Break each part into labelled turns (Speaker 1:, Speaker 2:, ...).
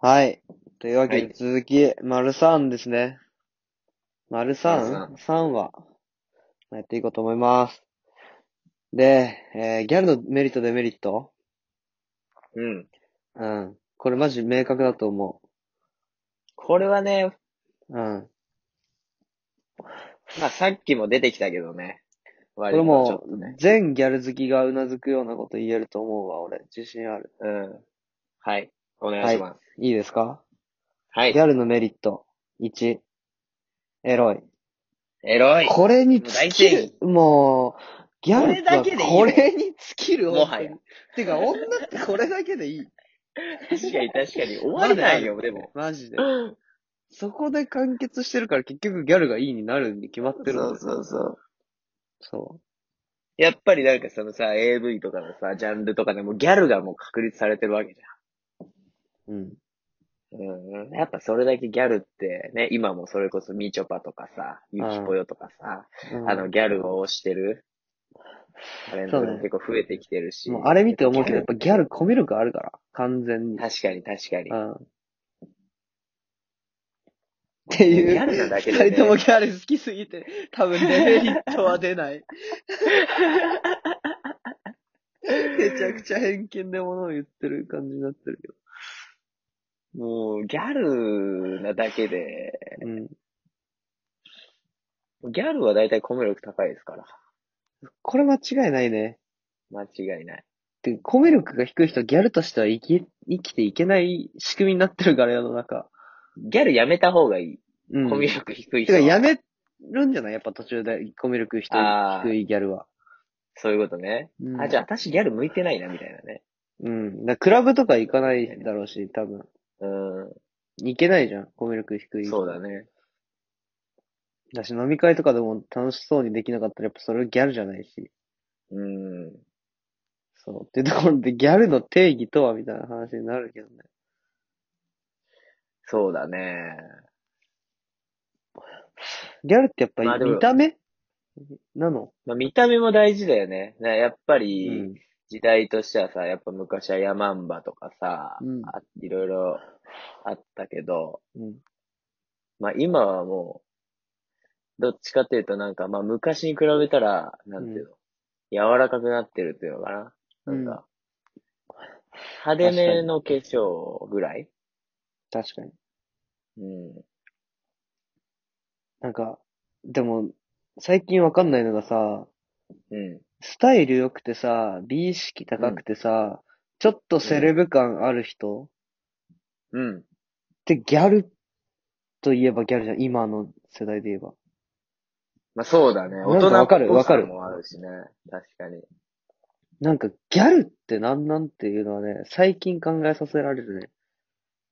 Speaker 1: はい。というわけ
Speaker 2: は
Speaker 1: で
Speaker 2: い
Speaker 1: 続き、丸三ですね。丸
Speaker 2: 丸
Speaker 1: 3?3 は、やっていこうと思います。で、えーギャルのメリット、デメリット
Speaker 2: うん。
Speaker 1: うん。これマジ明確だと思
Speaker 2: これはね、
Speaker 1: う。うん。
Speaker 2: まあさっきも出てきたけどね。
Speaker 1: こ
Speaker 2: 割
Speaker 1: れ
Speaker 2: とちょ
Speaker 1: も
Speaker 2: っとね。、
Speaker 1: 全ギャル好きがうなずくようなこと言えると思うわ、俺。自信ある。
Speaker 2: うん。はい。お願いします。
Speaker 1: いいですか
Speaker 2: はい。
Speaker 1: ギャルのメリット。1。エロい。
Speaker 2: エロい。
Speaker 1: これに尽きる。もう、ギャル
Speaker 2: これだけでいい
Speaker 1: は
Speaker 2: よ
Speaker 1: これに尽きる。
Speaker 2: もはや
Speaker 1: 本当にてか、女ってこれだけでいい。
Speaker 2: 確かに確かに。終わりないよ、でも。
Speaker 1: マジで。そこで完結してるから結局ギャルがいいになるに決まってるの。
Speaker 2: そうそう。
Speaker 1: そ
Speaker 2: やっぱりなんかそのさ、AV とかのさ、ジャンルとかでもギャルがもう確立されてるわけじ
Speaker 1: う。うん。
Speaker 2: ゃん。うん。やっぱそれだけギャルってね、今もそれこそみちょぱとかさ、ゆきぽよとかさ、あのギャルを推してる。タレン
Speaker 1: そ
Speaker 2: ト
Speaker 1: う
Speaker 2: も
Speaker 1: ね
Speaker 2: 結構増えてきてるし。
Speaker 1: もうあれ見て思うけど、やっぱギャルコミュ力あるから。完全に。
Speaker 2: 確かに確かに
Speaker 1: う。ん。っていう。
Speaker 2: ギャルなだけでね
Speaker 1: 二人ともギャル好きすぎて、多分デメリットは出 ない。めちゃくちゃ偏見で物を言ってる感じになってる
Speaker 2: もう、ギャルなだけで、
Speaker 1: けど。うん。
Speaker 2: ギャルは大体コミュ力高いですから。
Speaker 1: これ間違いないね。
Speaker 2: 間違いない。
Speaker 1: で、コミュ力が低い人、ギャルとしては生き、生きていけない仕組みになってるから、世の中。
Speaker 2: ギャルやめた方がいい。
Speaker 1: うん。
Speaker 2: コミュ力低い
Speaker 1: てか、
Speaker 2: 人は。
Speaker 1: やめるんじゃないやっぱ途中で、コミュ力低い、
Speaker 2: あー
Speaker 1: 低いギャルは。
Speaker 2: そういうことね。
Speaker 1: うん
Speaker 2: あ、じゃあ私ギャル向いてないな、みたいなね。
Speaker 1: うん。だからクラブとか行かないだろうし、多分。
Speaker 2: う
Speaker 1: 行けないじゃん、コミュ力低い。
Speaker 2: ん。そうだね。
Speaker 1: だし、飲み会とかでも楽しそうにできなかったら、やっぱそれギャルじゃないし。
Speaker 2: うん。
Speaker 1: そう。っていうところで、ギャルの定義とは、みたいな話になるけどね。
Speaker 2: そうだね。
Speaker 1: ギャルってやっぱ
Speaker 2: まあで
Speaker 1: り
Speaker 2: も
Speaker 1: 見た目なの、
Speaker 2: まあ、見た目も大事だよね。なやっぱ
Speaker 1: う
Speaker 2: り、
Speaker 1: ん。
Speaker 2: 時代としてはさ、やっぱ昔はヤマンバとかさ、
Speaker 1: うん
Speaker 2: あいろいろあったけど、
Speaker 1: うん。
Speaker 2: まあ今はもう、どっちかっていうとなんか、まあ昔に比べたら、なんていうの、柔らかくなってるっていうのかな。なんか、派手めの化粧ぐらい
Speaker 1: 確かに。
Speaker 2: うん。
Speaker 1: なんか、でも、最近わかんないのがさ、
Speaker 2: うん。
Speaker 1: スタイル良くてさ、美意識高くてさ、ちょっとセレブ感ある人っ
Speaker 2: うん。
Speaker 1: てギャルといえばギャルじゃん。今の世代で言えば。
Speaker 2: まあそうだね。
Speaker 1: んか
Speaker 2: 大人
Speaker 1: わ
Speaker 2: っ
Speaker 1: かる
Speaker 2: ぽ
Speaker 1: わか
Speaker 2: さ
Speaker 1: る
Speaker 2: もあるしね。確かに。
Speaker 1: なんかギャルってなんなんっていうのはね、最近考えさせられるね。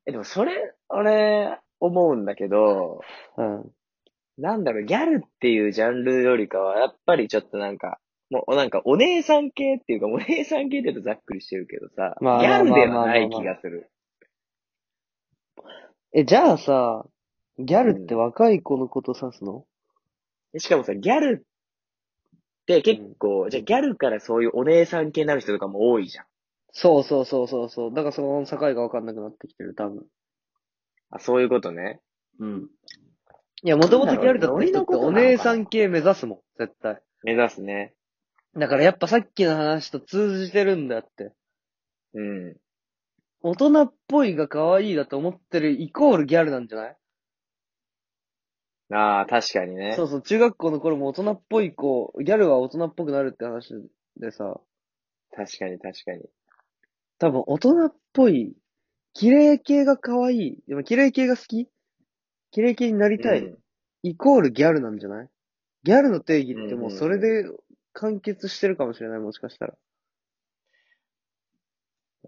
Speaker 2: え、でもそれ、俺、思うんだけど、
Speaker 1: うん。
Speaker 2: なんだろう、ギャルっていうジャンルよりかは、やっぱりちょっとなんか、もう、なんか、お姉さん系っていうか、お姉さん系って言うとざっくりしてるけどさ、
Speaker 1: まあ
Speaker 2: ギャルで
Speaker 1: まあまあ
Speaker 2: は
Speaker 1: まあまあ
Speaker 2: ない気がする。
Speaker 1: え、じゃあさ、ギャルって若い子のこと指すの、
Speaker 2: しかもさ、ギャルって結構、じゃあギャルからそういうお姉さん系になる人とかも多いじゃん。
Speaker 1: そうそうそうそうそう。だからその境がわかんなくなってきてる、多分。
Speaker 2: あ、そういうことね。
Speaker 1: うん。いや、もともとギャルだった人ってお姉さん系目指すもん、絶対。
Speaker 2: 目指すね。
Speaker 1: だからやっぱさっきの話と通じてるんだって。
Speaker 2: うん。
Speaker 1: 大人っぽいが可愛いだと思ってるイコールギャルなんじゃない
Speaker 2: ああ、確かにね。
Speaker 1: そうそう、中学校の頃も大人っぽい子、ギャルは大人っぽくなるって話でさ、
Speaker 2: 確かに確かに。
Speaker 1: 多分大人っぽい、綺麗系が可愛い、でも綺麗系が好き綺麗系になりたい、
Speaker 2: うん
Speaker 1: イコールギャルなんじゃないギャルの定義って
Speaker 2: うんうん
Speaker 1: も
Speaker 2: う
Speaker 1: うんそれで完結してるかもしれない、もしかしたら。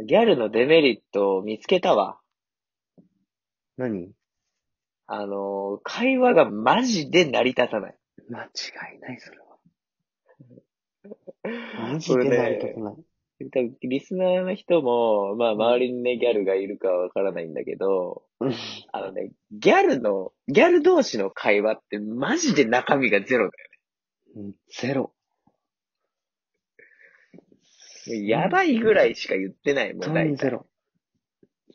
Speaker 2: ギャルのデメリットを見つけたわ。
Speaker 1: 何
Speaker 2: あのー、会話がマジで成り立たない。
Speaker 1: 間違いない、 それは。マジで成り立たない。
Speaker 2: 多分、リスナーの人も、まあ、周りにね、ギャルがいるかはわからないんだけど、
Speaker 1: うん
Speaker 2: あのね、ギャルの、ギャル同士の会話ってマジで中身がゼロだ
Speaker 1: うんゼロ。
Speaker 2: よ。もうやばいぐらいしか言ってない、もう
Speaker 1: 本当
Speaker 2: 大
Speaker 1: に
Speaker 2: 体
Speaker 1: ゼロ。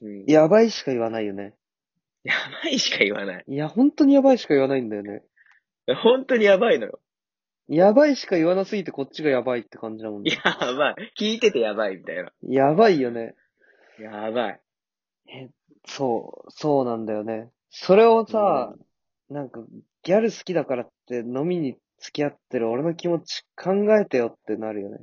Speaker 2: うん。
Speaker 1: やばいしか言わないよね。
Speaker 2: やばいしか言わない。
Speaker 1: いや、本当にやばいしか言わないんだよね。
Speaker 2: 本当にやばいのよ。
Speaker 1: やばいしか言わなすぎてこっちがやばいって感じだも んね。
Speaker 2: やばい。聞いててやばいみたいな。
Speaker 1: やばいよね。
Speaker 2: やばい。
Speaker 1: そう、そうなんだよね。それをさ、なんか、ギャル好きだからって飲みに付き合ってる俺の気持ち考えてよってなるよね。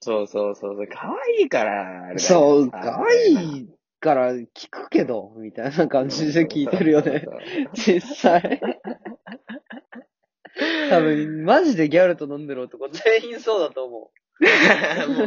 Speaker 2: そうそうそうそう。可愛いから、あれだよ
Speaker 1: そう、
Speaker 2: あ
Speaker 1: 可愛いから聞くけど、みたいな感じで聞いてるよね。。実際。多分、マジでギャルと飲んでる男全員そうだと思
Speaker 2: も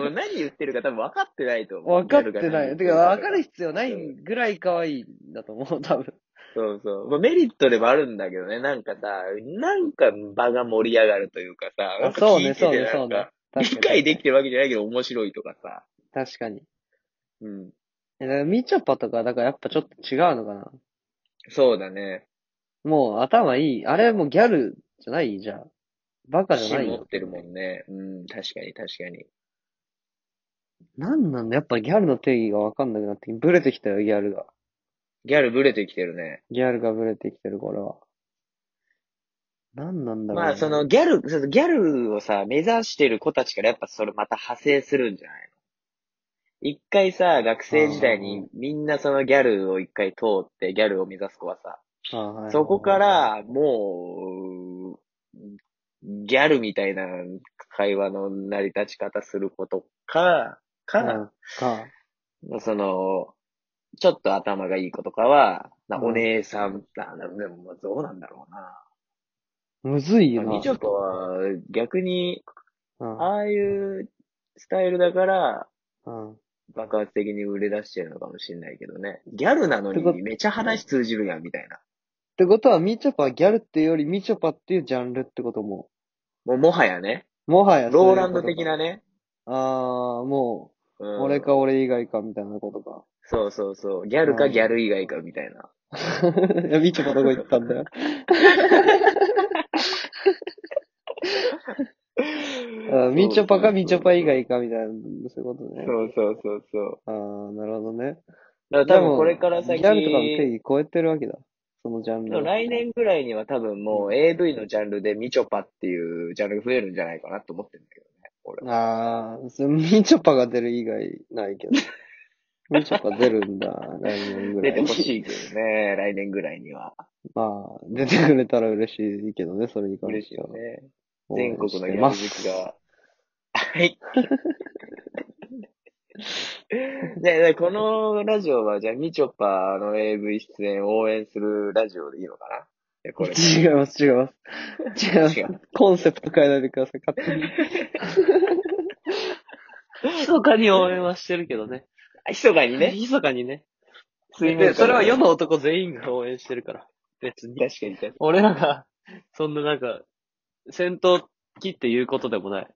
Speaker 2: う 何言ってるか多分分かってないと
Speaker 1: う。
Speaker 2: 思う。
Speaker 1: 分かってな
Speaker 2: ギャルが何言
Speaker 1: い。
Speaker 2: って
Speaker 1: て
Speaker 2: る
Speaker 1: か、分かる必要ないぐらい可愛いんだと思う、多分。
Speaker 2: そうそう。まあ、メリットでもあるんだけどね。なんかさ、なんか場が盛り上がるというかさ、なんか
Speaker 1: そう
Speaker 2: 聞
Speaker 1: ね、
Speaker 2: いて
Speaker 1: そう
Speaker 2: て
Speaker 1: ね、
Speaker 2: な
Speaker 1: そうんね
Speaker 2: か、。
Speaker 1: 確
Speaker 2: 理
Speaker 1: か
Speaker 2: 解
Speaker 1: に。
Speaker 2: できてるわけじゃないけど面白いとかさ。
Speaker 1: 確かに。
Speaker 2: うん。
Speaker 1: えだからみちょぱとか、だからやっぱちょっと違うのかな。
Speaker 2: そうだね。
Speaker 1: もう頭いい。あれもうギャルじゃないじゃん。バカじゃ
Speaker 2: 芯
Speaker 1: ない
Speaker 2: 持っ
Speaker 1: よ。
Speaker 2: てるもんね。うん、確かに確かに。
Speaker 1: なんなんだやっぱギャルの定義がわかんなくなって、ブレてきたよ、ギャルが。
Speaker 2: ギャルブレてきてるね。
Speaker 1: ギャルがブレてきてる、これは。なんなんだろう、
Speaker 2: まあ、その、ギャル、そのギャルをさ、目指してる子たちからやっぱそれまた派生するんじゃないの一回さ、学生時代
Speaker 1: あ
Speaker 2: に
Speaker 1: ー
Speaker 2: みんなそのギャルを一回通ってギャルを目指す子はさ、
Speaker 1: あはいはいはい
Speaker 2: そこか、ら、もう、ギャルみたいな会話の成り立ち方することか、
Speaker 1: うん
Speaker 2: か、
Speaker 1: か。
Speaker 2: その、ちょっと頭がいい子とかは、な
Speaker 1: うん
Speaker 2: お姉さん、あでもまあどうなんだろうな。
Speaker 1: むずいよな。
Speaker 2: みちょぱは逆に、
Speaker 1: うん
Speaker 2: ああいうスタイルだから、
Speaker 1: うん。
Speaker 2: 爆発的に売れ出してるのかもしれないけどね。ギャルなの
Speaker 1: ってこと
Speaker 2: にめちゃ話通じるやん、みたいな。
Speaker 1: ってことは、みちょぱはギャルっていうより、みちょぱっていうジャンルってことも。
Speaker 2: もうもはやね、
Speaker 1: もはやそういうこと
Speaker 2: ロー
Speaker 1: か
Speaker 2: ランド的。なね。
Speaker 1: ああ、も
Speaker 2: う
Speaker 1: う、
Speaker 2: ん
Speaker 1: 俺か俺以外かみたいなことか。
Speaker 2: そうそうそう。ギャル
Speaker 1: う
Speaker 2: か
Speaker 1: ん
Speaker 2: ギャル以外かみたいな。
Speaker 1: い や、みちょぱどこ行ったんだよ。あーみちょぱかみちょぱ以外かみたいな、そういうことね。
Speaker 2: そうそうそうそう。
Speaker 1: ああ、なるほどね。
Speaker 2: だから多分これから
Speaker 1: でも
Speaker 2: 先、
Speaker 1: ギャルとかの定義超えてるわけだ。そのジャンルは。
Speaker 2: 来年ぐらいには多分もう AV のジャンルでみちょぱっていうジャンルが増えるんじゃないかなと思ってるんだけどね。俺は。
Speaker 1: ああ、それみちょぱが出る以外ない けど。みちょぱ出るんだ、来年ぐら
Speaker 2: 出
Speaker 1: い。
Speaker 2: てほしいけどね、来年ぐらいには。
Speaker 1: まあ、出てくれたら嬉しいけどね、それに関
Speaker 2: 嬉し
Speaker 1: し
Speaker 2: い
Speaker 1: ては
Speaker 2: よ。ね。
Speaker 1: 応援
Speaker 2: 全国の
Speaker 1: し
Speaker 2: ギ
Speaker 1: て
Speaker 2: ャ
Speaker 1: ま
Speaker 2: ル
Speaker 1: す
Speaker 2: 好きが。はい。ねねこのラジオは、じゃあ、みちょぱの AV 出演を応援するラジオでいいのかなでこれ。
Speaker 1: 違います、違います。違います
Speaker 2: 違う。
Speaker 1: コンセプト変えないでください、勝手に。 密かに応援はしてるけどね。
Speaker 2: 密かにね。
Speaker 1: 密かにね。
Speaker 2: 水面下で
Speaker 1: それは世の男全員が応援してるから。別に。
Speaker 2: 確かに確かに。
Speaker 1: 俺らが、そんななんか、戦闘機っていうことでもない。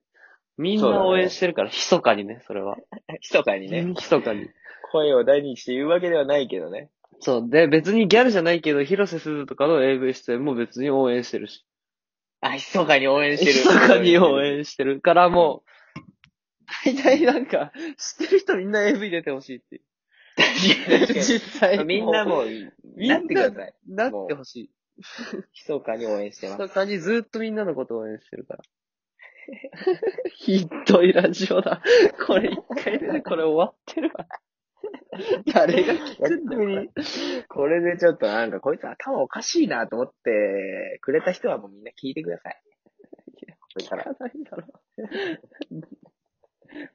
Speaker 1: みん
Speaker 2: そうだ
Speaker 1: な
Speaker 2: ね
Speaker 1: 応援してるから、密かにね、それは。
Speaker 2: 密かにね、
Speaker 1: 密かに。
Speaker 2: 声を大にして言うわけではないけどね。
Speaker 1: そう。で、別にギャルじゃないけど、広瀬すずとかの AV 出演も別に応援してるし。
Speaker 2: あ、密かに応援してる。
Speaker 1: 密かに応。援してるから、もう、大体なんか、知ってる人みんな AV 出てほしいっていう。実際。
Speaker 2: みんなもう、
Speaker 1: みん
Speaker 2: な
Speaker 1: な
Speaker 2: ってください。
Speaker 1: なってほしい。
Speaker 2: 密かに応援してます。
Speaker 1: 密かにずっとみんなのことを応援してるから。ひどいラジオだ。これ一回目でこれ終わってるわ。誰が聞くんだ
Speaker 2: 逆
Speaker 1: よ
Speaker 2: に。、これでちょっとなんか、こいつ頭おかしいなと思ってくれた人はもうみんな聞いてください。これ
Speaker 1: 聞か
Speaker 2: から。
Speaker 1: ないだろ。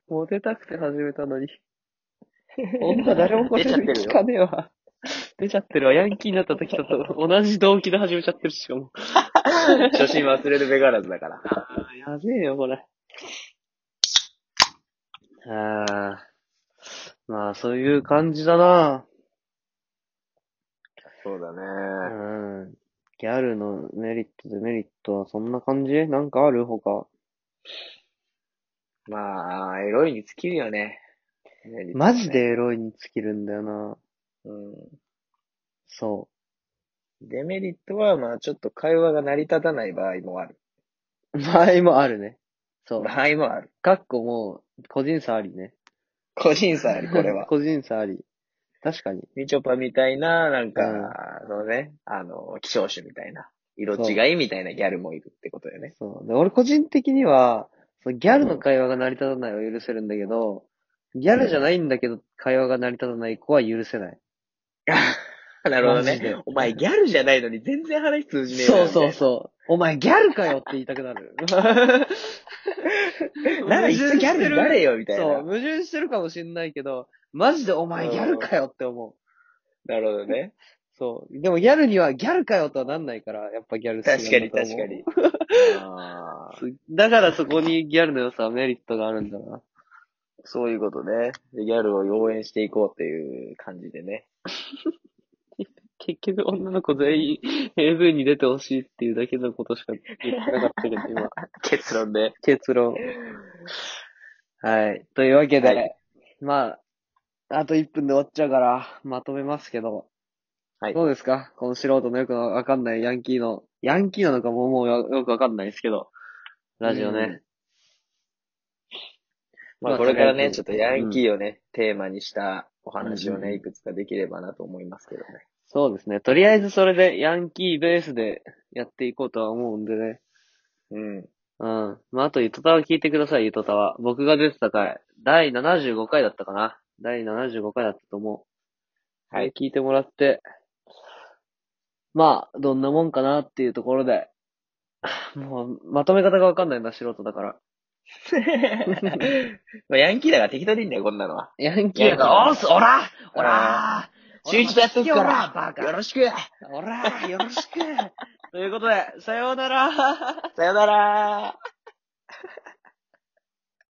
Speaker 1: モテたくて始めたのに。 女誰もこれ
Speaker 2: 出ちゃってるよ
Speaker 1: 聞かねえわ。出ちゃってるわ。ヤンキーになった時と同じ動機で始めちゃってるしかも。
Speaker 2: 初心忘れるべからずだから。
Speaker 1: やべえよ、これ。ああ。まあ、そういう感じだな。
Speaker 2: そうだ
Speaker 1: う
Speaker 2: ね。
Speaker 1: ん。ギャルのメリット、デメリットはそんな感じなんかある他。
Speaker 2: まあ、エロいに尽きるよね。
Speaker 1: マジでエロいに尽きるんだよな。
Speaker 2: うん。
Speaker 1: そ
Speaker 2: デメリットは、まあ、ちょっと会話が成り立たない場合もある。
Speaker 1: う。 場合もあるね。そう。
Speaker 2: 場合もある。
Speaker 1: かっこもう、個人差ありね。
Speaker 2: 個人差あり、これは。
Speaker 1: 個人差あり。確かに。
Speaker 2: みちょぱみたいな、なんか、
Speaker 1: う
Speaker 2: そのね、あの、希少種みたいな、色違いみたいなギャルもいるってことよね。
Speaker 1: そう。で、俺個人的には、そのギャルの会話が成り立たないは許せるんだけど、ギャルじゃないんだけど、会話が成り立たない子は許せない。
Speaker 2: なるほど
Speaker 1: マジで
Speaker 2: ね。お前ギャルじゃないのに全然話通じねえ
Speaker 1: そ
Speaker 2: な
Speaker 1: うそう
Speaker 2: み
Speaker 1: そう。お前ギャルかよって言いたくな る。
Speaker 2: たいな。なら一緒ギャルになれよみたいな。
Speaker 1: そう、矛盾してるかもしんないけど、マジでお前ギャルかよって思う。
Speaker 2: なるほど ね。
Speaker 1: そう。でもギャルにはギャルかよとはなんないから、やっぱギャル好きなん
Speaker 2: 確かに
Speaker 1: だと思う
Speaker 2: 確かに。あー
Speaker 1: だからそこにギャルの良さはメリットがあるんだな。
Speaker 2: そういうことね。でギャルを応援していこうっていう感じでね。
Speaker 1: 結局女の子全員 AV に出てほしいっていうだけのことしか言ってなかったけど、今。
Speaker 2: 結論で。
Speaker 1: 結論。はい。というわけで、
Speaker 2: はい
Speaker 1: まあ、あと1分で終わっちゃうから、まとめますけど。
Speaker 2: はい
Speaker 1: どうですかこの素人のよくわかんないヤンキーの、ヤンキーなのかももうよよくわかんないですけど、ラジオね。
Speaker 2: まあこれから
Speaker 1: まあ
Speaker 2: ね、ち
Speaker 1: と
Speaker 2: ょっとヤンキーをね、テーマにしたお話
Speaker 1: う
Speaker 2: を
Speaker 1: んうん
Speaker 2: ね、いくつかできればなと思いますけどね。
Speaker 1: そうですね。とりあえずそれでヤンキーベースでやっていこうとは思うんでね。
Speaker 2: うん。
Speaker 1: うん。まあ、あと、ゆとたわ聞いてください、ゆとたわ。僕が出てた回、第75回だったかな。第75回だったと思う。
Speaker 2: はい。
Speaker 1: 聞いてもらって、まあ、どんなもんかなっていうところで、 もう、まとめ方がわかんないな、素人だから。
Speaker 2: まあヤンキーだから適当でいいんだよ、こんなのは。
Speaker 1: ヤンキーだか
Speaker 2: ヤン
Speaker 1: ら、
Speaker 2: キ
Speaker 1: おー
Speaker 2: ー
Speaker 1: す、おらおら
Speaker 2: あ週一でやってく
Speaker 1: おら
Speaker 2: か
Speaker 1: バカ
Speaker 2: ら、よろしく
Speaker 1: おらよろしくということで、さようなら
Speaker 2: さよなら